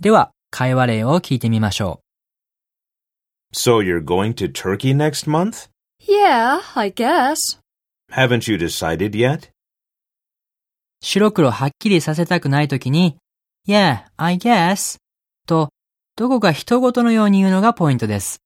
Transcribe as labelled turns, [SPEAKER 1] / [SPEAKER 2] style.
[SPEAKER 1] では、会話例を聞いてみましょ
[SPEAKER 2] So you're going to Turkey next month?
[SPEAKER 3] Yeah, I guess.
[SPEAKER 2] Haven't you decided yet?
[SPEAKER 1] う。白黒はっきりさせたくないときに、Yeah, I guess と、どこか人事のように言うのがポイントです。